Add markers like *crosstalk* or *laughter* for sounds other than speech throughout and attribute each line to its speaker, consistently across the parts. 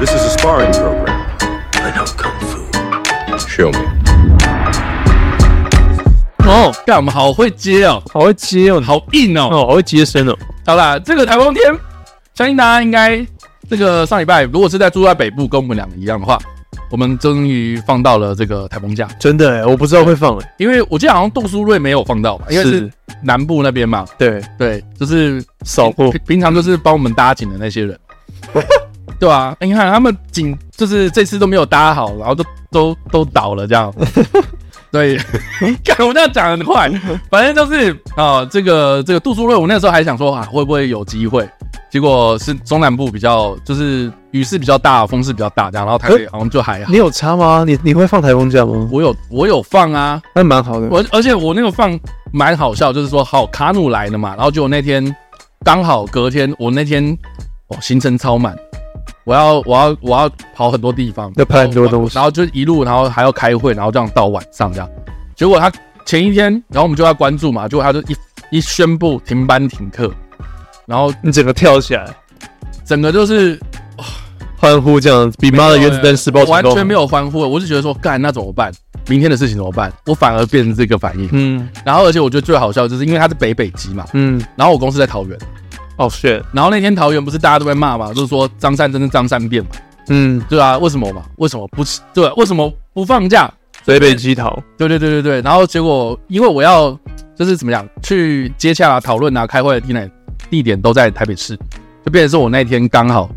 Speaker 1: sparring program. I know kung fu. Show me.
Speaker 2: 哦，干，我们好会接哦，
Speaker 3: 好会接哦，
Speaker 2: 好硬哦。
Speaker 3: 哦，好会接生哦。
Speaker 2: 好啦，这个台风天，相信大家应该这个上礼拜，如果是在住在北部，跟我们两个一样的话，我们终于放到了这个台风假，
Speaker 3: 真的哎，我不知道会放哎。
Speaker 2: 因为我记得好像杜苏芮没有放到吧，因为是
Speaker 3: 是
Speaker 2: 南部那边嘛，
Speaker 3: 对，
Speaker 2: 对，就是
Speaker 3: 扫货
Speaker 2: 平平常就是帮我们搭景的那些人，对啊，你看他们景就是这次都没有搭好，然后都都都倒了这样。对，看我这样讲很快，反正就是啊、这个这个杜苏芮，我那时候还想说啊，会不会有机会？结果是中南部比较，就是雨势比较大，风势比较大，这样，然后台北好像就还好。
Speaker 3: 你有差吗？你你会放台风假吗？
Speaker 2: 我有我有放啊，
Speaker 3: 那蛮好的。
Speaker 2: *laughs* 我而且我那个放蛮好笑，就是说好卡努来了嘛，然后结果那天刚好隔天，我那天哦行程超满，我要我要我要跑很多地方，
Speaker 3: 要拍很多东西
Speaker 2: 然后就一路，然后还要开会，然后这样到晚上这样，结果他前一天，然后我们就要关注嘛，结果他就一一宣布停班停课，然后
Speaker 3: 你整个跳起来，
Speaker 2: 整个就是
Speaker 3: 欢呼这样，比妈的原子弹试爆成
Speaker 2: 完
Speaker 3: 功
Speaker 2: 全没。有欢呼，我就觉得说干那怎么办？明天的事情怎么办？我反而变成这个反应，
Speaker 3: 嗯
Speaker 2: 然后而且我觉得最好笑就是因为他是北北基嘛，
Speaker 3: 嗯，
Speaker 2: 然后我公司在桃园，
Speaker 3: 哦 shit，
Speaker 2: 然后那天桃园不是大家都在骂嘛，就是说张善真是张善变嘛，
Speaker 3: 嗯，
Speaker 2: 对啊，为什么嘛？为什么不对？为什么不放假？
Speaker 3: 北北基桃，
Speaker 2: 对对对对对。然后结果因为我要就是怎么讲，去接洽啊、讨论啊、开会的地点地点都在台北市，就变成是我那天刚好，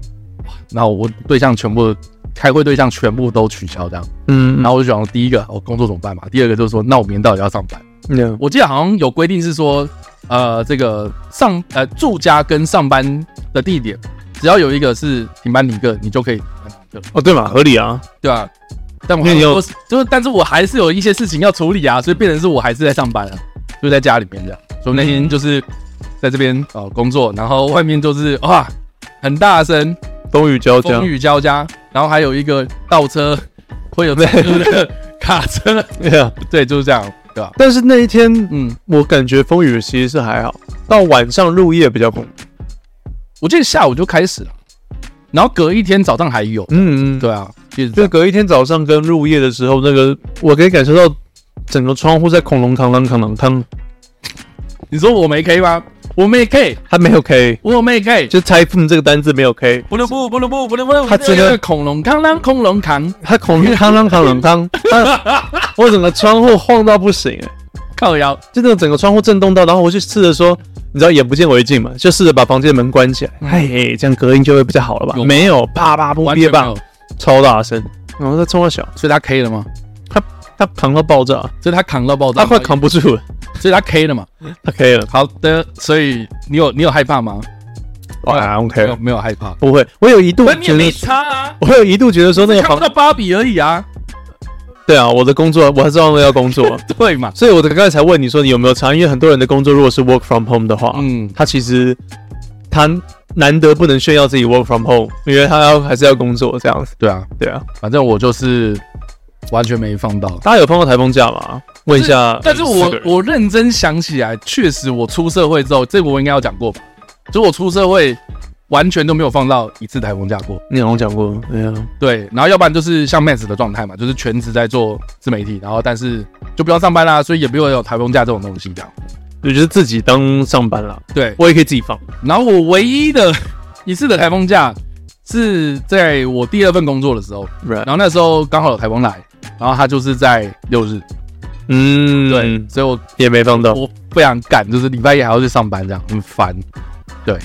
Speaker 2: 然后我对象全部开会对象全部都取消这样，
Speaker 3: 嗯，
Speaker 2: 然后我就想说第一个我、哦工作怎么办嘛，第二个就是说那我明天到底要上班？
Speaker 3: 嗯
Speaker 2: 我记得好像有规定是说，呃，这个上呃住家跟上班的地点，只要有一个是停班停课，你就可以停班停课，
Speaker 3: 哦对嘛，合理啊，
Speaker 2: 对吧、但我
Speaker 3: 那
Speaker 2: 还
Speaker 3: 你有
Speaker 2: 我是就是，但是我还是有一些事情要处理啊，所以变成是我还是在上班啊，就在家里面这样。所以我那天就是在这边哦、呃工作，然后外面就是哇很大 *laughs* 声，
Speaker 3: 风雨交加
Speaker 2: 风，雨交加，然后还有一个倒车会有这个 *laughs* 卡车，
Speaker 3: *laughs* 对啊。
Speaker 2: 对，就是这样，对吧、
Speaker 3: 但是那一天
Speaker 2: 嗯，
Speaker 3: 我感觉风雨其实是还好，到晚上入夜比较恐怖。
Speaker 2: 我记得下午就开始了，然后隔一天早上还有。
Speaker 3: 嗯嗯，
Speaker 2: 对啊，就是这
Speaker 3: 就
Speaker 2: 样
Speaker 3: 隔一天早上跟入夜的时候，那个我可以感受到整个窗户在恐龙扛啷扛啷扛，
Speaker 2: 你说我没 K 吗？我没 K，
Speaker 3: 它没有 K，
Speaker 2: 我没 K。
Speaker 3: 就 typhoon 这个单字没有 K，
Speaker 2: 不能不不能不不能不能，
Speaker 3: 他
Speaker 2: 这
Speaker 3: 整个
Speaker 2: 恐龙扛啷恐龙扛，
Speaker 3: 它恐龙扛啷扛啷 *laughs* 扛，它我整个窗户晃到不行、欸，
Speaker 2: 靠腰，
Speaker 3: 就那个整个窗户震动到，然后我就试着说，你知道眼不见为净嘛，就试着把房间的门关起来，哎、这样隔音就会比较好了吧
Speaker 2: 有？吗
Speaker 3: 没有，啪啪不
Speaker 2: 完
Speaker 3: 憋
Speaker 2: 全没
Speaker 3: 吧
Speaker 2: 有，，
Speaker 3: 超大声，然后它冲到小，
Speaker 2: 所以他 K 了吗？
Speaker 3: 它扛到爆炸，
Speaker 2: 所以他扛到爆炸，
Speaker 3: 它快，扛不住了，
Speaker 2: 所以他 K 了嘛？
Speaker 3: 它可以了，
Speaker 2: 好的，所以你有你有害怕吗？
Speaker 3: 哇
Speaker 2: 没
Speaker 3: ，OK
Speaker 2: 有。没有害怕，
Speaker 3: 不会，我有一度
Speaker 2: 不是你也
Speaker 3: 觉得
Speaker 2: 没，差啊，
Speaker 3: 我有一度觉得说那
Speaker 2: 你
Speaker 3: 个
Speaker 2: 看不
Speaker 3: 房
Speaker 2: 到芭比而已啊，
Speaker 3: 对啊，我的工作我还是照样要工作，
Speaker 2: 对嘛？
Speaker 3: 所以我的刚才才问你说你有没有差，因为很多人的工作如果是 work from home 的话，
Speaker 2: 嗯，
Speaker 3: 他其实他难得不能炫耀自己 work from home，因为他要还是要工作这样子。
Speaker 2: 对啊，
Speaker 3: 对啊，
Speaker 2: 反正我就是完全没放到。
Speaker 3: 大家有放过台风假吗？问一下
Speaker 2: 但是
Speaker 3: 啊四
Speaker 2: 我
Speaker 3: 个人，
Speaker 2: 我认真想起来，确实我出社会之后，这个我应该有讲过吧？就我出社会完全都没有放到一次台风假过，
Speaker 3: 你好像讲过，对啊，
Speaker 2: 对。然后要不然就是像 Max 的状态嘛，就是全职在做自媒体，然后但是就不要上班啦，所以也不会有台风假这种东西这样。
Speaker 3: 我觉得自己当上班啦，
Speaker 2: 对，
Speaker 3: 我也可以自己放。
Speaker 2: 然后我唯一的一次的台风假是在我第二份工作的时候，
Speaker 3: Right，
Speaker 2: 然后那时候刚好有台风来，然后他就是在六日，
Speaker 3: 嗯，
Speaker 2: 对，，所以我
Speaker 3: 也没放到。
Speaker 2: 我不想赶，就是礼拜一还要去上班，这样很烦。对，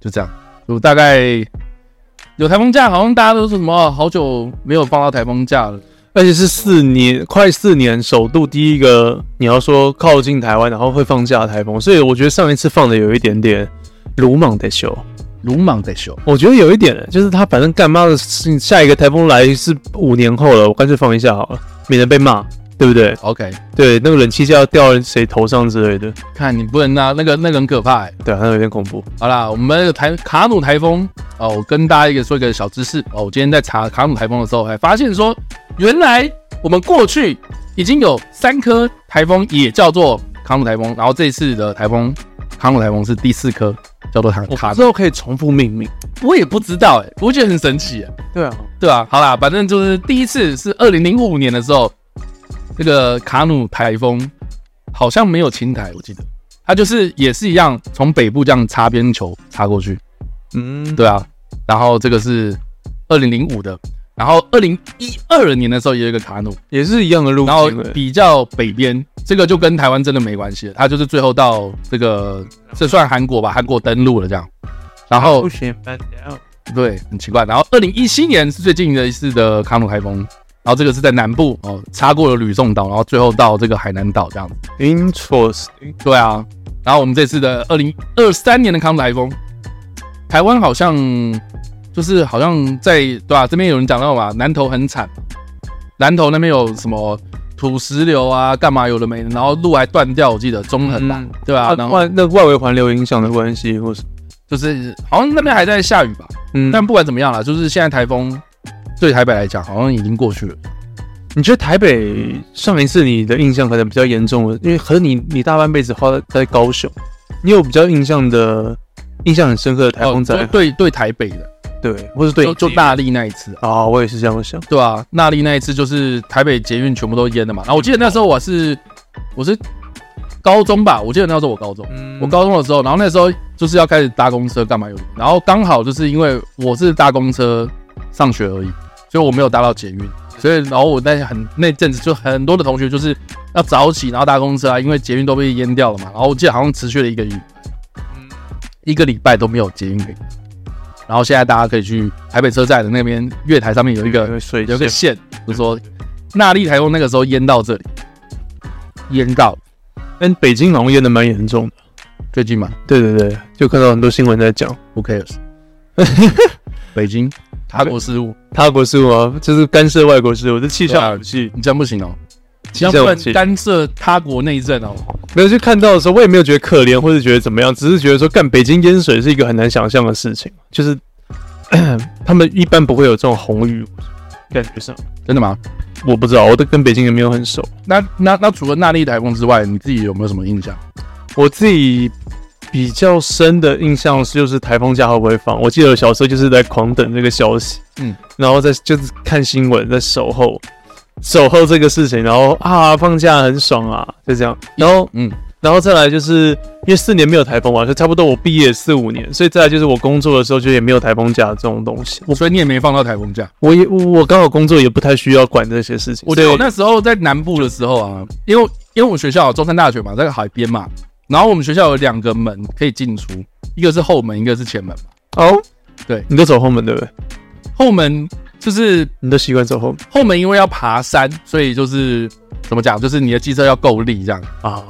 Speaker 2: 就这样。我大概有台风假，好像大家都说什么、哦好久没有放到台风假了。
Speaker 3: 而且是四年，快四年，首度第一个你要说靠近台湾，然后会放假的台风，所以我觉得上一次放的有一点点鲁莽的秀，
Speaker 2: 鲁莽在修，
Speaker 3: 我觉得有一点欸，就是他反正干妈的事情，下一个台风来是五年后了，我干脆放一下好了，免得被骂，对不对？
Speaker 2: OK，
Speaker 3: 对，那个冷气就要掉在谁头上之类的，
Speaker 2: 看你不能啊，那个那个很可怕、欸。
Speaker 3: 对啊，那有点恐怖。
Speaker 2: 好啦，我们那个台卡努台风哦，我跟大家一个说一个小知识哦。我今天在查卡努台风的时候，还发现说，原来我们过去已经有三颗台风也叫做卡努台风，然后这一次的台风卡努台风是第四颗，叫做卡
Speaker 3: 我
Speaker 2: 卡努
Speaker 3: 之后可以重复命名，
Speaker 2: 我也不知道哎、我觉得很神奇、欸。
Speaker 3: 对啊，
Speaker 2: 对啊，好啦，反正就是第一次是二零零五年的时候，那个卡努台风好像没有青台，我记得它就是也是一样从北部这样擦边球擦过去，
Speaker 3: 嗯，
Speaker 2: 对啊，然后这个是二零零五的，然后二零一二年的时候也有一个卡努，
Speaker 3: 也是一样的路
Speaker 2: 然后
Speaker 3: 径、欸。
Speaker 2: 比较北边，这个就跟台湾真的没关系了，它就是最后到这个这算韩国吧，韩国登陆了这样，然后
Speaker 3: 行搬掉，
Speaker 2: 对，很奇怪。然后二零一七年是最近的一次的卡努台风，然后这个是在南部哦，擦过了吕宋岛，然后最后到这个海南岛这样子。
Speaker 3: Interesting，
Speaker 2: 对啊，然后我们这次的二零二三年的康台风，台湾好像就是好像在对吧、这边有人讲到嘛，南投很惨，南投那边有什么土石流啊，干嘛有的没的，然后路还断掉，我记得中横吧，
Speaker 3: 嗯
Speaker 2: 对吧、
Speaker 3: 啊，
Speaker 2: 然后
Speaker 3: 外那外围环流影响的关系，或是
Speaker 2: 就是好像那边还在下雨吧，
Speaker 3: 嗯，
Speaker 2: 但不管怎么样啦，就是现在台风对台北来讲好像已经过去了。
Speaker 3: 你觉得台北上一次你的印象可能比较严重了，因为和你你大半辈子花在在高雄，你有比较印象的、印象很深刻的台风灾
Speaker 2: 哦
Speaker 3: 害、
Speaker 2: 就对对台北的，
Speaker 3: 对，或是对
Speaker 2: 就就大力那一次啊。
Speaker 3: 啊，我也是这样想。
Speaker 2: 对啊，那莉那一次就是台北捷运全部都淹了嘛。然后我记得那时候我是我是高中吧，我记得那时候我高中，
Speaker 3: 嗯
Speaker 2: 我高中的时候，然后那时候就是要开始搭公车干嘛有，然后刚好就是因为我是搭公车上学而已，所以我没有搭到捷运，所以然后我那很那阵子就很多的同学就是要早起，然后搭公车啊，因为捷运都被淹掉了嘛。然后我记得好像持续了一个礼一个礼拜都没有捷运可以搭。然后现在大家可以去台北车站的那边月台上面有一个
Speaker 3: 有个水
Speaker 2: 有一个
Speaker 3: 线
Speaker 2: 线，就说纳利台风那个时候淹到这里，淹到
Speaker 3: 但北京好像淹的蛮严重的。
Speaker 2: 最近嘛
Speaker 3: 对对对，就看到很多新闻在讲
Speaker 2: ，Who *laughs* cares？北京他国事务，
Speaker 3: 他国事务啊，就是干涉外国事务，这气
Speaker 2: 对啊
Speaker 3: 象武器。
Speaker 2: 你这样不行哦，这
Speaker 3: 样
Speaker 2: 样
Speaker 3: 不
Speaker 2: 不
Speaker 3: 能
Speaker 2: 能干涉他国内政哦。
Speaker 3: 没有去看到的时候，我也没有觉得可怜或者觉得怎么样，只是觉得说干北京淹水是一个很难想象的事情，就是 *coughs* 他们一般不会有这种红雨，感觉上。
Speaker 2: 真的吗？
Speaker 3: 我不知道，我都跟北京人没有很熟。
Speaker 2: 那那那除了纳利台风之外，你自己有没有什么印象？
Speaker 3: 我自己比较深的印象是，就是台风假会不会放？我记得我小时候就是在狂等这个消息，
Speaker 2: 嗯，
Speaker 3: 然后在就是看新闻，在守候，守候这个事情，然后啊放假很爽啊，就这样。然后
Speaker 2: 嗯，
Speaker 3: 然后再来就是因为四年没有台风嘛，就差不多我毕业四五年，所以再来就是我工作的时候就也没有台风假这种东西。
Speaker 2: 所以你也没放到台风假。
Speaker 3: 我也我我刚好工作也不太需要管这些事情，
Speaker 2: 我记
Speaker 3: 所以
Speaker 2: 得我那时候在南部的时候啊，因为因为我们学校中山大学嘛，在海边嘛，然后我们学校有两个门可以进出，一个是后门，一个是前门嘛。
Speaker 3: 哦，
Speaker 2: 对
Speaker 3: 你都走后门对不对？
Speaker 2: 后门就是
Speaker 3: 你都习惯走后门
Speaker 2: 后门因为要爬山，所以就是怎么讲，就是你的机车要够力这样。
Speaker 3: 啊，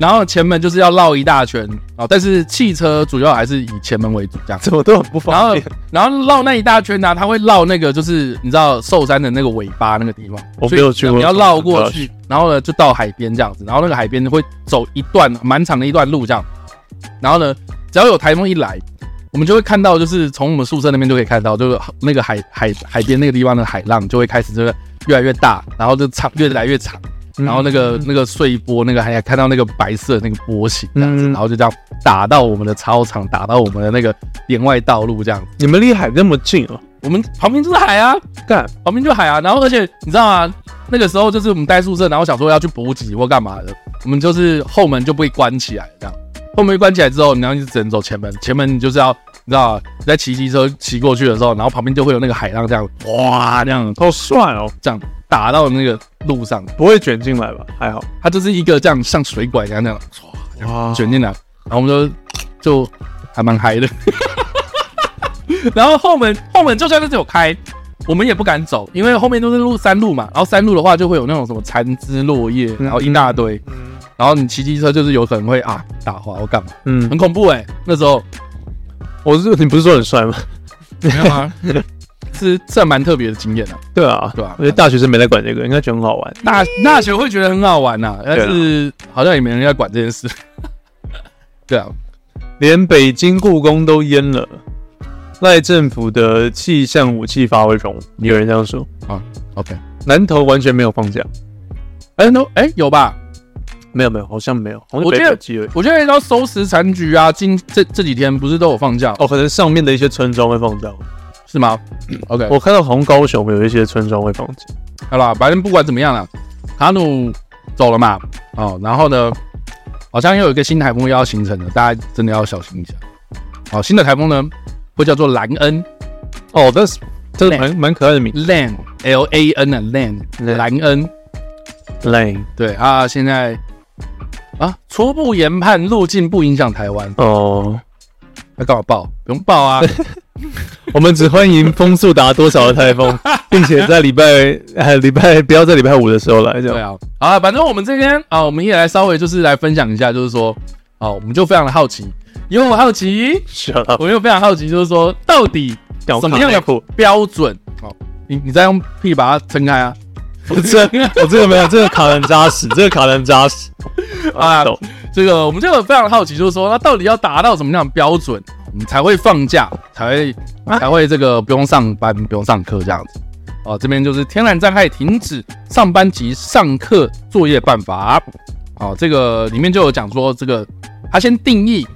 Speaker 2: 然后前门就是要绕一大圈啊、哦，但是汽车主要还是以前门为主这样。
Speaker 3: 怎么都很不
Speaker 2: 然
Speaker 3: 方
Speaker 2: 后
Speaker 3: 便。，
Speaker 2: 然后绕那一大圈呢、它会绕那个就是你知道寿山的那个尾巴那个地方，
Speaker 3: 我
Speaker 2: 所以
Speaker 3: 没有去过
Speaker 2: 你要绕
Speaker 3: 我
Speaker 2: 过
Speaker 3: 不知
Speaker 2: 去，然后呢就到海边这样子，然后那个海边会走一段蛮长的一段路这样，然后呢，只要有台风一来，我们就会看到，就是从我们宿舍那边就可以看到，就是那个海海海边那个地方的海浪就会开始这个越来越大，然后就长越来越长，
Speaker 3: 嗯
Speaker 2: 然后那个那个碎波，那个还看到那个白色的那个波形这样子，
Speaker 3: 嗯
Speaker 2: 然后就这样打到我们的操场，打到我们的那个连外道路这样子。
Speaker 3: 你们离海那么近哦，
Speaker 2: 我们旁边就是海啊，
Speaker 3: 干
Speaker 2: 旁边就海啊。然后而且你知道吗？那个时候就是我们待宿舍，然后想说要去补给或干嘛的，我们就是后门就被关起来，这样后门被关起来之后，然后你只能走前门，前门你就是要你知道你在骑机车骑过去的时候，然后旁边就会有那个海浪这样哇这样
Speaker 3: 好帅哦，
Speaker 2: 这样打到那个路上，
Speaker 3: 不会卷进来吧？还好，
Speaker 2: 它就是一个这样像水管一样这样
Speaker 3: 哇
Speaker 2: 卷进来，然后我们就就还蛮嗨的。 *laughs* 然后后门后门就算是有开，我们也不敢走，因为后面都是路山路嘛。然后山路的话就会有那种什么残枝落叶，然后一大堆，然后你骑机车就是有可能会啊打滑或干嘛，
Speaker 3: 嗯，
Speaker 2: 很恐怖哎、那时候
Speaker 3: 我是你不是说很帅吗？
Speaker 2: 没有啊， *laughs* 是算蛮特别的经验啊。
Speaker 3: 对啊，
Speaker 2: 对啊
Speaker 3: 我觉得大学生没在管这个，应该觉得很好玩。
Speaker 2: 大大学会觉得很好玩呐、但是好像也没人要管这件事。 *laughs* 对啊，
Speaker 3: 连北京故宫都淹了，赖政府的气象武器发挥中，有人这样说。
Speaker 2: OK，
Speaker 3: 南投完全没有放假，
Speaker 2: 哎、那哎、有吧？
Speaker 3: 没有没有，好像没有，好像
Speaker 2: 我
Speaker 3: 北
Speaker 2: 觉得
Speaker 3: 北基而已。
Speaker 2: 我觉得到收拾残局啊，今这这几天不是都有放假？
Speaker 3: 哦，可能上面的一些村庄会放假。
Speaker 2: 是吗 *clears throat* ？OK，
Speaker 3: 我看到好像高雄有一些村庄会放假，
Speaker 2: 好啦，反正不管怎么样啦，卡努走了嘛，哦，然后呢，好像又有一个新台风要形成了，大家真的要小心一下。好、新的台风呢，会叫做兰恩
Speaker 3: 哦，但是这个蛮蛮可爱的名
Speaker 2: （Lan L A N） 啊，Lan 兰恩。
Speaker 3: ，Lane
Speaker 2: 对啊，现在啊，初步研判路径不影响台湾，
Speaker 3: 哦，
Speaker 2: 那干嘛报？不用报啊，
Speaker 3: 我们只欢迎风速达多少的台风，并且在礼拜呃礼拜不要在礼拜五的时候来这
Speaker 2: 对
Speaker 3: 样。
Speaker 2: 啊，好啊，反正我们这边啊，我们也来稍微就是来分享一下，就是说，啊，我们就非常的好奇，因为我好奇，
Speaker 3: Shut up！
Speaker 2: 我又非常好奇，就是说，到底
Speaker 3: 干
Speaker 2: 什么样的
Speaker 3: 我
Speaker 2: 标准？哦，你你再用屁把它撑开啊！
Speaker 3: 卡我这我这个没有，这个卡得很扎实，这个卡得很扎实 *laughs*
Speaker 2: 啊
Speaker 3: 懂
Speaker 2: 这个我们这个非常好奇，就是说，那到底要达到什么样的标准，我们才会放假，才会、才会这个不用上班，不用上课这样子？哦，这边就是天然灾害停止上班及上课作业办法。哦，这个里面就有讲说，这个他先定义哦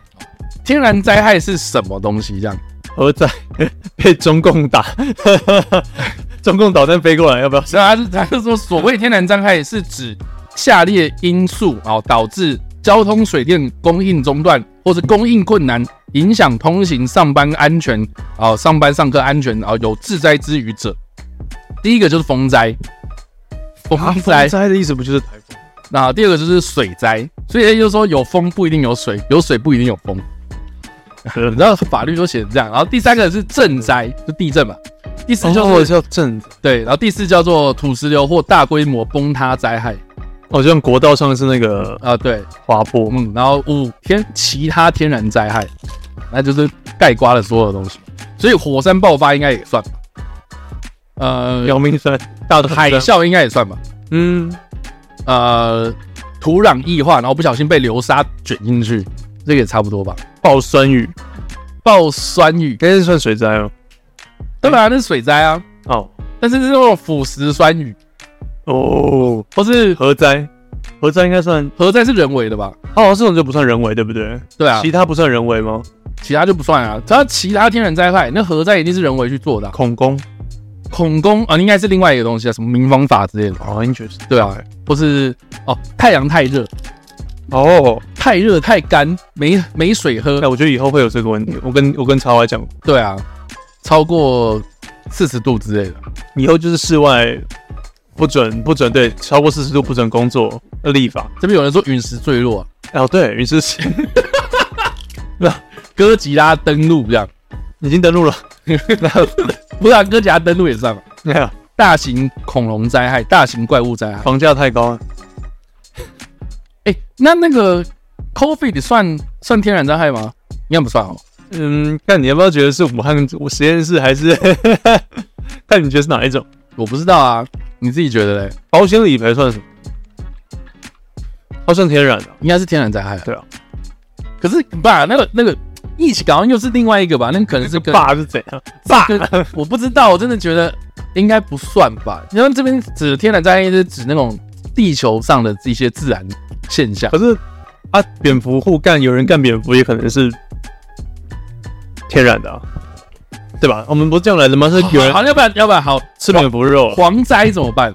Speaker 2: 天然灾害是什么东西，这样
Speaker 3: 何在 *laughs* 被中共打， *laughs* 中共导弹飞过来，要不要？
Speaker 2: 所以他是他是说，所谓天然灾害是指下列因素哦导致交通、水电供应中断，或是供应困难，影响通行、上班安全哦，上班上课安全哦，有致灾之余者。第一个就是风灾，风灾
Speaker 3: 风。啊灾的意思不就是台风？
Speaker 2: 那第二个就是水灾，所以也就是说有风不一定有水，有水不一定有风。
Speaker 3: 呃
Speaker 2: 你知道法律都写成这样。然后第三个是震灾，就地震嘛。第四就是、
Speaker 3: 哦，叫震子，
Speaker 2: 对，然后第四叫做土石流或大规模崩塌灾害
Speaker 3: 哦，就像国道上是那个
Speaker 2: 啊、对，
Speaker 3: 滑坡嘛，
Speaker 2: 嗯，然后五天其他天然灾害，那就是盖刮了所有的东西，所以火山爆发应该也算吧，呃，
Speaker 3: 阳明山、大屯
Speaker 2: 海
Speaker 3: 山，
Speaker 2: 啸应该也算吧，
Speaker 3: 嗯，
Speaker 2: 呃，土壤异化，然后不小心被流沙卷进去，这个也差不多吧。
Speaker 3: 爆酸雨，
Speaker 2: 爆酸雨，
Speaker 3: 该是算水灾哦。
Speaker 2: 当然那是水灾啊，
Speaker 3: 哦
Speaker 2: 但是是那种腐蚀酸雨，
Speaker 3: 哦，
Speaker 2: 或是
Speaker 3: 核灾，核灾应该算
Speaker 2: 核灾是人为的吧？
Speaker 3: 哦，这种就不算人为，对不对？
Speaker 2: 对啊，
Speaker 3: 其他不算人为吗？
Speaker 2: 其他就不算啊，只要其他天然灾害，那核灾一定是人为去做的啊、
Speaker 3: 恐攻
Speaker 2: 恐攻啊，应该是另外一个东西啊，什么民防法之类的，
Speaker 3: 哦 i n t e r e s t
Speaker 2: 对啊，或是哦，太阳太热，
Speaker 3: 哦，
Speaker 2: 太热太干，没没水喝
Speaker 3: 哎，，我觉得以后会有这个问题。我跟我跟超华讲，
Speaker 2: 对啊，超过四十度之类的，
Speaker 3: 以后就是室外不准不准对超过四十度不准工作的立法。
Speaker 2: 这边有人说陨石坠落、啊，
Speaker 3: 哦，对，云 *laughs* 之石
Speaker 2: 哥吉拉登陆这样，
Speaker 3: 已经登陆了。 *laughs*
Speaker 2: 不是啊，哥吉拉登陆也算嘛，
Speaker 3: 你看，
Speaker 2: 大型恐龙灾害，大型怪物灾害，
Speaker 3: 房价太高了，
Speaker 2: 哎、那那个 COVID 算算天然灾害吗？应该不算哦，
Speaker 3: 嗯，看你要不要觉得是武汉实验室，还是 *laughs* 看你觉得是哪一种？
Speaker 2: 我不知道啊，你自己觉得嘞？
Speaker 3: 保险理赔算什么？它算天然的、
Speaker 2: 应该是天然灾害、
Speaker 3: 对啊。
Speaker 2: 可是爸，那个那个疫情好像又是另外一个吧？那可能是跟
Speaker 3: 爸是怎样？
Speaker 2: 爸，我不知道，我真的觉得应该不算吧。因为这边指的天然灾害是指那种地球上的一些自然现象
Speaker 3: 可，是啊，蝙蝠互干，有人干蝙蝠，也可能是天然的、啊，对吧？我们不是这样来的吗？是有
Speaker 2: *laughs*
Speaker 3: 人
Speaker 2: 好，要不然要不然好
Speaker 3: 吃蝙蝠肉、
Speaker 2: 蝗灾怎么办？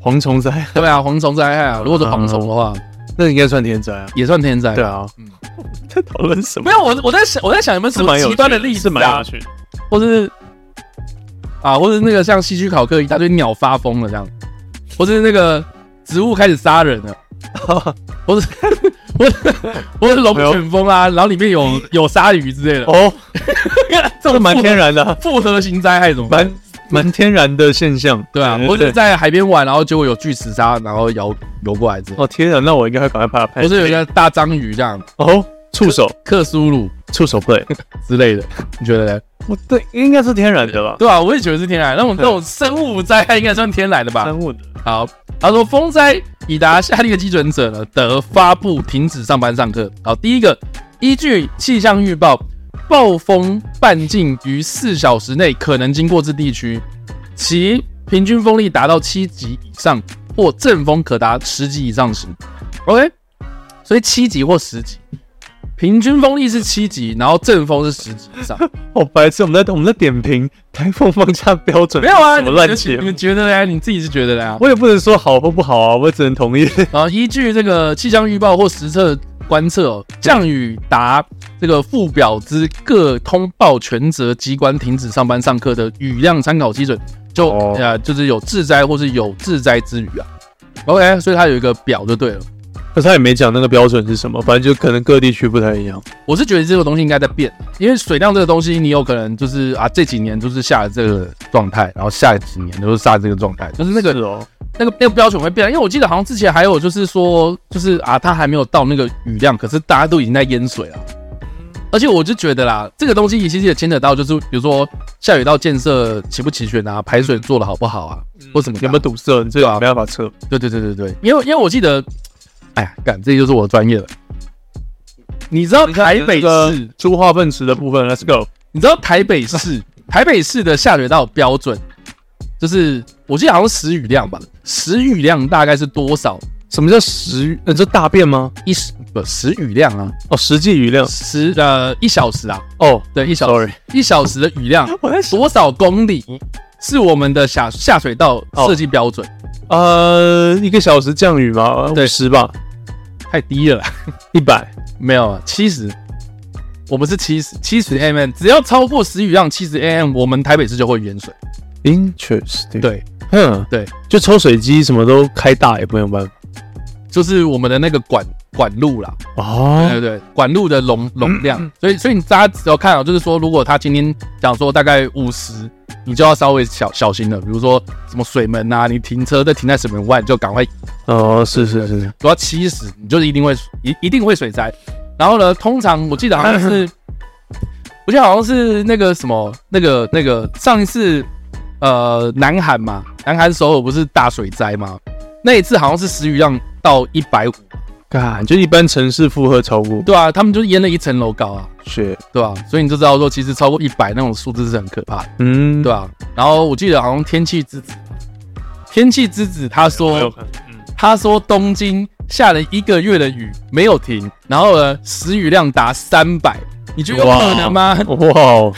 Speaker 3: 蝗虫灾，
Speaker 2: 对啊，蝗虫灾害
Speaker 3: 嗯
Speaker 2: 啊，如果是蝗虫的话，
Speaker 3: *laughs* 那应该算天灾啊。
Speaker 2: 也算天灾。
Speaker 3: 嗯对，啊，在讨论什 *laughs*
Speaker 2: 没
Speaker 3: 么？
Speaker 2: 有我我在想我在想有没有什
Speaker 3: 是
Speaker 2: 么
Speaker 3: 蛮有
Speaker 2: 极
Speaker 3: 趣
Speaker 2: 端的例子
Speaker 3: 是蛮
Speaker 2: 啊
Speaker 3: 有，趣的。
Speaker 2: 或是啊，或是那个像希区考克一大堆鸟发疯了这样，或是那个植物开始杀人了。
Speaker 3: 啊
Speaker 2: 或是 *laughs* 或是或是
Speaker 3: 哎
Speaker 2: 龙卷风啊，然后里面有有鲨鱼之类的，
Speaker 3: *laughs* 哦，
Speaker 2: *laughs* 这
Speaker 3: 这蛮天
Speaker 2: 然
Speaker 3: 然的啊、
Speaker 2: 复合型灾害怎么办？
Speaker 3: 蛮蛮天然的现象。
Speaker 2: 对啊，或者在海边玩，然后结果有巨齿鲨，然后游游过来之类的，
Speaker 3: 哦天然，那我应该会赶快把它拍。
Speaker 2: 或是有一个大章鱼这样，
Speaker 3: 哦，触手
Speaker 2: 克苏鲁
Speaker 3: 触手 *laughs* play，
Speaker 2: 之类的，你觉得呢？
Speaker 3: 我哦对，应该是天然的吧？
Speaker 2: 对啊，我也觉得是天然，那种那
Speaker 3: 对
Speaker 2: 种生物灾害应该算天然的吧？
Speaker 3: 生物的
Speaker 2: 好，他说风灾已达下列基准者呢，得发布停止上班上课。好，第一个，依据气象预报，暴风半径于四小时内可能经过之地区，其平均风力达到七级以上，或阵风可达十级以上时。OK，所以七级或十级，平均风力是七级，然后阵风是十级以
Speaker 3: *laughs*
Speaker 2: 上。
Speaker 3: 好哦白痴！我们在我们在点评台风放假标准，
Speaker 2: 没有啊，
Speaker 3: 什么
Speaker 2: 你们
Speaker 3: 乱
Speaker 2: 觉
Speaker 3: 节
Speaker 2: 得你
Speaker 3: 目
Speaker 2: 们觉得嘞？你自己是觉得嘞啊？
Speaker 3: 我也不能说好或不好啊，我只能同意。 *laughs*
Speaker 2: 然后依据这个气象预报或实测观测、哦，降雨达这个附表之各通报权责机关停止上班上课的雨量参考基准，就、
Speaker 3: 哦
Speaker 2: 呃就是有致灾或是有致灾之余啊。OK，所以它有一个表就对了。
Speaker 3: 可是他也没讲那个标准是什么，反正就可能各地区不太一样。
Speaker 2: 我是觉得这个东西应该在变，因为水量这个东西，你有可能就是啊，这几年就是下了这个状态，然后下几年就是下这个状态，就是那个
Speaker 3: 是哦，
Speaker 2: 那个那个标准会变，因为我记得好像之前还有就是说，就是啊，它还没有到那个雨量，可是大家都已经在淹水了。而且我就觉得啦，这个东西其实也牵扯到，就是比如说下水道建设齐不齐全啊，排水做的好不好啊，或什么的啊
Speaker 3: 有没有堵塞？你这个没办法测。
Speaker 2: 对对对对对，因为因为我记得，哎呀，干，这就是我的专业了。你知道台北
Speaker 3: 这个
Speaker 2: 市，
Speaker 3: 猪化粪池的部分，Let's go。
Speaker 2: 你知道台北 *laughs* 市，台北市的下水道标准就是，我记得好像是十雨量吧，十雨量大概是多少？
Speaker 3: 什么叫时？呃，这大便吗？
Speaker 2: 一十不十雨量啊，
Speaker 3: 哦，实际雨量。
Speaker 2: 十呃一小时啊，
Speaker 3: 哦，
Speaker 2: 对，一小时
Speaker 3: sorry，
Speaker 2: 一小时的雨 *laughs* 量
Speaker 3: 我在想，
Speaker 2: 多少公里是我们的下下水道设计标准？
Speaker 3: 呃，一个小时降雨嘛，
Speaker 2: 对
Speaker 3: 五十吧，
Speaker 2: 太低了啦，
Speaker 3: 一百。
Speaker 2: 没有啊，七十，我们是七十七十 mm，只要超过十雨量七十 mm，我们台北市就会淹水。
Speaker 3: Interesting。，嗯
Speaker 2: 对，
Speaker 3: 哼，
Speaker 2: 对，
Speaker 3: 就抽水机什么都开大也没有办法。
Speaker 2: 就是我们的那个管管路啦，
Speaker 3: 哦，
Speaker 2: *laughs* 对对对，管路的容容量，所以所以你大家只要看啊，就是说，如果他今天讲说大概五十，你就要稍微小小心了，比如说什么水门啊，你停车再停在水门外，你就赶快
Speaker 3: 哦，是是是，
Speaker 2: 都要七十，你就是一定会一一定会水灾。然后呢，通常我记得好像是，我记得好像是那个什么那个那个上一次呃南韩嘛，南韩首尔不是大水灾吗？那一次好像是时雨量到一百五，
Speaker 3: 干就一般城市负荷超过。
Speaker 2: 对啊，他们就淹了一层楼高啊。
Speaker 3: 是，
Speaker 2: 对吧、所以你就知道说，其实超过一百那种数字是很可怕的，
Speaker 3: 嗯，
Speaker 2: 对吧、然后我记得好像天气之子，天气之子他
Speaker 3: 我有
Speaker 2: 说
Speaker 3: 看，嗯，
Speaker 2: 他说东京下了一个月的雨没有停，然后呢时雨量达三百，你觉得有可能吗？
Speaker 3: *laughs* 哇，哦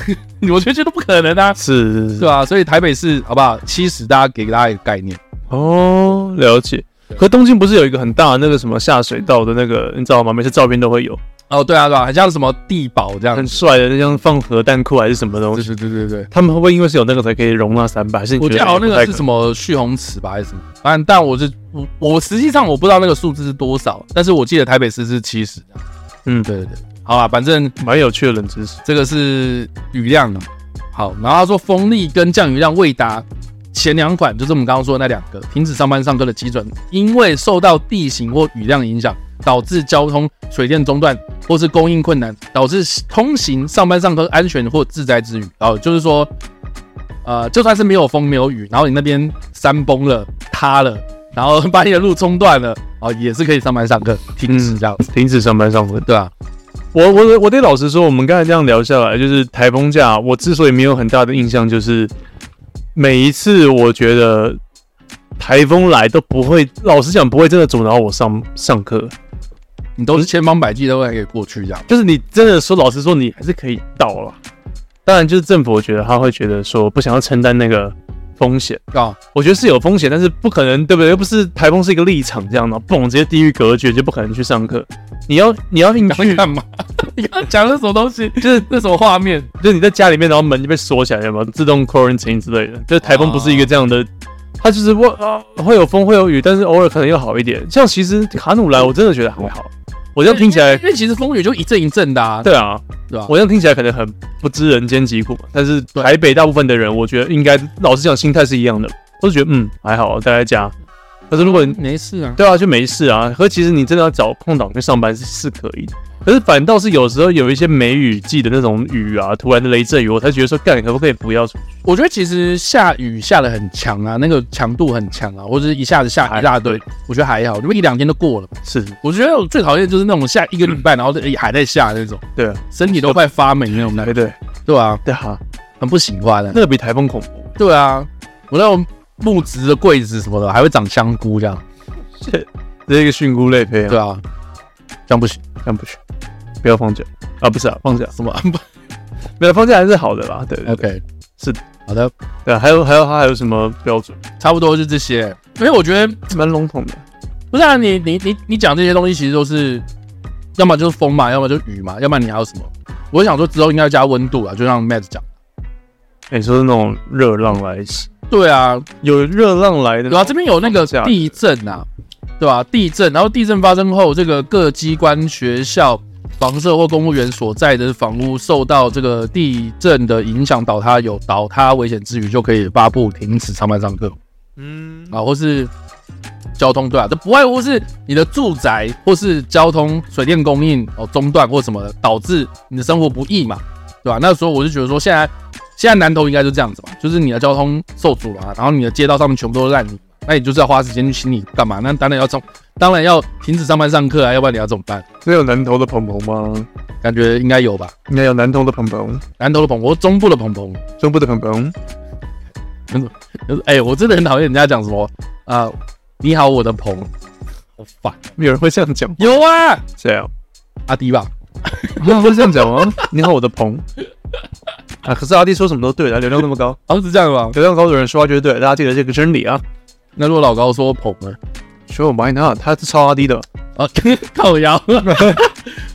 Speaker 2: 我觉得这都不可能啊，
Speaker 3: 是是
Speaker 2: 对
Speaker 3: 是，
Speaker 2: 吧、所以台北市好不好？七十，大家给大家一个概念，
Speaker 3: 哦，了解。可东京不是有一个很大的那个什么下水道的那个，你知道吗？每次照片都会有，
Speaker 2: 哦，对啊，对啊，很像什么地堡这样
Speaker 3: 很
Speaker 2: 子，
Speaker 3: 帅的，像放核弹库还是什么东
Speaker 2: 对
Speaker 3: 西。
Speaker 2: 对对对对。
Speaker 3: 他们会不会因为是有那个才可以容纳三百？还是你
Speaker 2: 我
Speaker 3: 觉
Speaker 2: 记
Speaker 3: 得哎
Speaker 2: 得好像那个是什
Speaker 3: 么？
Speaker 2: 么蓄洪池吧，还是什么？反正但我是我我实际上我不知道那个数字是多少，但是我记得台北市是七十。
Speaker 3: 嗯
Speaker 2: 对对对，好啊，反正
Speaker 3: 蛮有趣的冷知识。
Speaker 2: 这个是雨量啊。好，然后他说风力跟降雨量未达前两款，就是我们刚刚说的那两个停止上班上课的基准，因为受到地形或雨量影响，导致交通、水电中断或是供应困难，导致通行、上班上课安全或致灾之余。哦，就是说，呃，就算是没有风没有雨，然后你那边山崩了、塌了，然后 *laughs* 把你的路冲断了，哦，也是可以上班上课停止这样子，
Speaker 3: 停止上班上课。
Speaker 2: 对啊，
Speaker 3: 我我得我得老实说，我们刚才这样聊下来，就是台风假，我之所以没有很大的印象，就是每一次我觉得台风来都不会，老实讲不会真的阻挠我上上课。
Speaker 2: 你都是千方百计都会给过去这样。
Speaker 3: 就是你真的说老实说，你还是可以到了。当然，就是政府我觉得他会觉得说不想要承担那个风险，
Speaker 2: 啊，
Speaker 3: 我觉得是有风险，但是不可能，对不对？又不是台风是一个立场这样的，嘣，直接地域隔绝就不可能去上课。你要你要
Speaker 2: *laughs*
Speaker 3: 硬去
Speaker 2: 去干嘛？你刚刚讲的什么东 *laughs* 西？
Speaker 3: 就是
Speaker 2: 那什么画面？
Speaker 3: 就是你在家里面，然后门就被锁起来，有没有自动 quarantine 之类的？就是台风不是一个这样的，它就是会、啊、会有风会有雨，但是偶尔可能又好一点。像其实卡努来，我真的觉得还好。我这样听起来
Speaker 2: 因，为其实风雨就一阵一阵的啊，
Speaker 3: 对啊，
Speaker 2: 对吧？
Speaker 3: 我这样听起来可能很不知人间疾苦，但是台北大部分的人，我觉得应该老实讲，心态是一样的，都是觉得嗯还好，待在家。可是如果你
Speaker 2: 没事啊，
Speaker 3: 对啊，就没事啊。可其实你真的要找空档去上班是是可以的，可是反倒是有时候有一些梅雨季的那种雨啊，突然的雷阵雨，我才觉得说，干，你可不可以不要出
Speaker 2: 我觉得其实下雨下的很强啊，那个强度很强啊，或者是一下子下一大堆，我觉得还好，因为一两天都过了。
Speaker 3: 是，
Speaker 2: 我觉得我最讨厌就是那种下一个礼拜，然后也还在下那种，
Speaker 3: 对啊，
Speaker 2: 身体都快发霉那种感
Speaker 3: 对
Speaker 2: 觉，
Speaker 3: 对
Speaker 2: 对啊，
Speaker 3: 对哈、
Speaker 2: 很不喜欢的。
Speaker 3: 那个比台风恐怖。
Speaker 2: 对啊，我那种木质的柜子什么的，还会长香菇这样，啊
Speaker 3: 这是一个菌菇类培养，啊
Speaker 2: 对啊，这样不行。
Speaker 3: 看不去。不要放假啊，不是啊，放假
Speaker 2: 什么 *laughs*
Speaker 3: 没有放假还是好的啦，对对对
Speaker 2: ？OK，
Speaker 3: 是
Speaker 2: 好的，
Speaker 3: 对啊，还有还有它还有什么标准？
Speaker 2: 差不多就这些。因为我觉得
Speaker 3: *laughs* 蛮笼统的，
Speaker 2: 不是啊，你你你你讲这些东西其实都是，要么就是风嘛，要么就是雨嘛，要不然你还有什么？我想说之后应该加温度啊，就像 Matt 讲，
Speaker 3: 你、哎说是那种热浪来袭，
Speaker 2: 对啊，
Speaker 3: 有热浪来的
Speaker 2: 对啊，这边有那个
Speaker 3: 假的
Speaker 2: 地震啊，对吧、地震，然后地震发生后，这个各机关、学校、房舍或公务员所在的房屋受到这个地震的影响倒塌有倒塌危险之余，就可以发布停止上班上课
Speaker 3: 嗯，
Speaker 2: 啊，或是交通对啊，这不外乎是你的住宅或是交通、水电供应哦中断或什么的，导致你的生活不易嘛，对吧、那时候我就觉得说，现在现在南投应该就这样子嘛，就是你的交通受阻了、啊然后你的街道上面全部都是烂泥，那你就是要花时间去清理干嘛？那当然要从，当然要停止上班上课啊，要不然你要怎么办？
Speaker 3: 这有南投的鹏鹏吗？
Speaker 2: 感觉应该有吧？
Speaker 3: 应该有南投的鹏鹏，
Speaker 2: 南投的鹏，我中部的鹏鹏，
Speaker 3: 中部的鹏鹏，
Speaker 2: 就是哎、我真的很讨厌人家讲什么啊、你好我的鹏，好烦。
Speaker 3: 有人会这样讲吗？
Speaker 2: 有啊，
Speaker 3: 谁啊？
Speaker 2: 阿迪吧，
Speaker 3: 有人会这样讲 *laughs* 吗？你好，我的鹏。啊，可是阿弟说什么都对的，流量那么 *laughs* 高，
Speaker 2: 好哦像是这样吧？
Speaker 3: 流量高的人说话就是对的，大家记得这个真理啊。
Speaker 2: 那如果老高说捧呢？
Speaker 3: Sure, why not？他是超阿弟的，
Speaker 2: 啊， *laughs* 靠腰。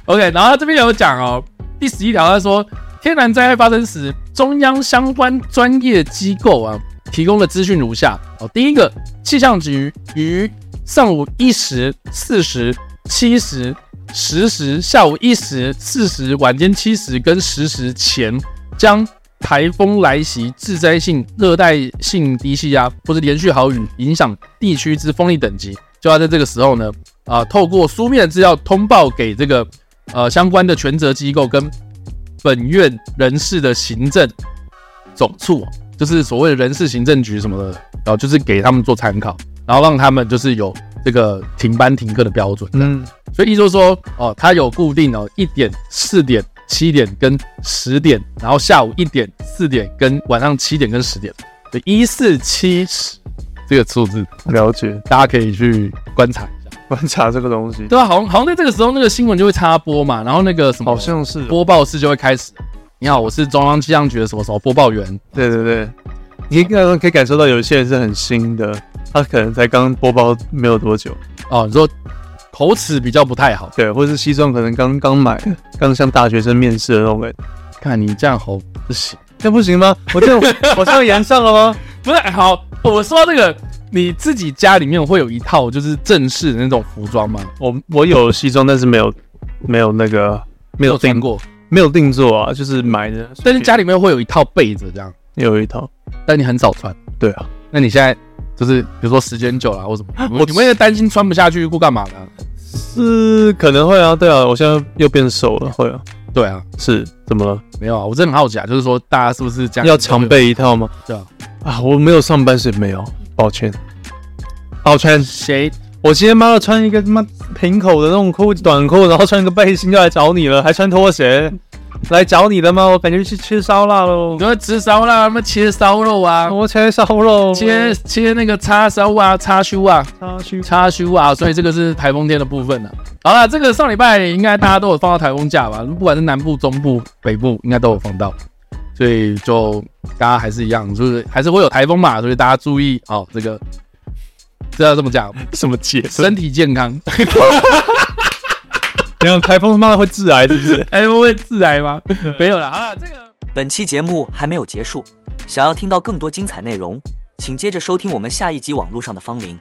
Speaker 2: OK，然后他这边有讲哦，第十一条他说，天然灾害发生时，中央相关专业机构啊提供的资讯如下哦，第一个，气象局于上午一时、四时、七时、十时，下午一时、四时、晚间七时跟十时前将。台风来袭、致灾性、热带性低气压或是连续豪雨影响地区之风力等级，就要在这个时候呢，啊、透过书面资料通报给这个呃相关的权责机构跟本院人事的行政总处，就是所谓的人事行政局什么的，然、后就是给他们做参考，然后让他们就是有这个停班停课的标准。
Speaker 3: 嗯，
Speaker 2: 所以意思就是说，哦，它有固定哦，一点、四点、七点跟十点，然后下午一点、四点跟晚上七点跟十点，对，一四七十这个数字，
Speaker 3: 了解，
Speaker 2: 大家可以去观察一下。
Speaker 3: 观察这个东西，
Speaker 2: 对啊，好像好像在这个时候，那个新闻就会插播嘛，然后那个什么
Speaker 3: 好像是，哦
Speaker 2: 播报室就会开始。你好，我是中央气象局的什么什么播报员，
Speaker 3: 对对对，你可以可以感受到有些人是很新的，他可能才刚播报没有多久，
Speaker 2: 哦，你说口齿比较不太好，
Speaker 3: 对，或者是西装可能刚刚买，刚像大学生面试的那种感觉，
Speaker 2: 看你这样好不行。
Speaker 3: 这样不行吗？我这样 *laughs* 我这样延上了吗？
Speaker 2: 不是好，我说到这个，你自己家里面会有一套就是正式的那种服装吗？
Speaker 3: 我我有西装，但是没有没有那个没
Speaker 2: 没
Speaker 3: 有
Speaker 2: 穿
Speaker 3: 定
Speaker 2: 过，
Speaker 3: 没有定做啊，就是买的，
Speaker 2: 但是家里面会有一套被子这样，
Speaker 3: 有一套，
Speaker 2: 但你很少穿。
Speaker 3: 对啊，
Speaker 2: 那你现在就是比如说时间久了啊或什么，你你会担心穿不下去或干嘛呢？
Speaker 3: 是可能会啊，对啊，我现在又变瘦了，会啊，
Speaker 2: 对啊，
Speaker 3: 是怎么了？
Speaker 2: 没有啊，我真的很好奇啊，就是说大家是不是这样
Speaker 3: 要常备一套吗？
Speaker 2: 对啊？
Speaker 3: 啊，我没有上班是没有，抱歉，抱歉，
Speaker 2: 谁
Speaker 3: 我今天妈的穿一个他妈平口的那种裤短裤，然后穿一个背心就来找你了，还穿拖 *laughs* 鞋来找你了吗？我感觉去吃烧腊喽
Speaker 2: 你，会吃烧腊，他们切烧肉啊，
Speaker 3: *laughs* 我切烧肉，
Speaker 2: 切切那个叉烧啊、叉修啊、
Speaker 3: 叉去
Speaker 2: 插修啊，所以这个是台风天的部分呢、啊好了，这个上礼拜应该大家都有放到台风假吧？不管是南部、中部、北部，应该都有放到，所以就大家还是一样，就是还是会有台风嘛，所以大家注意哦，这个这要这么讲，
Speaker 3: 什么解释？ *laughs*
Speaker 2: 身体健康。 *laughs*
Speaker 3: 这样台风他妈的会致癌是不是？
Speaker 2: 哎，会致癌吗？没有啦，好了，这个
Speaker 4: 本期节目还没有结束，想要听到更多精彩内容，请接着收听我们下一集《网络上的芳龄》。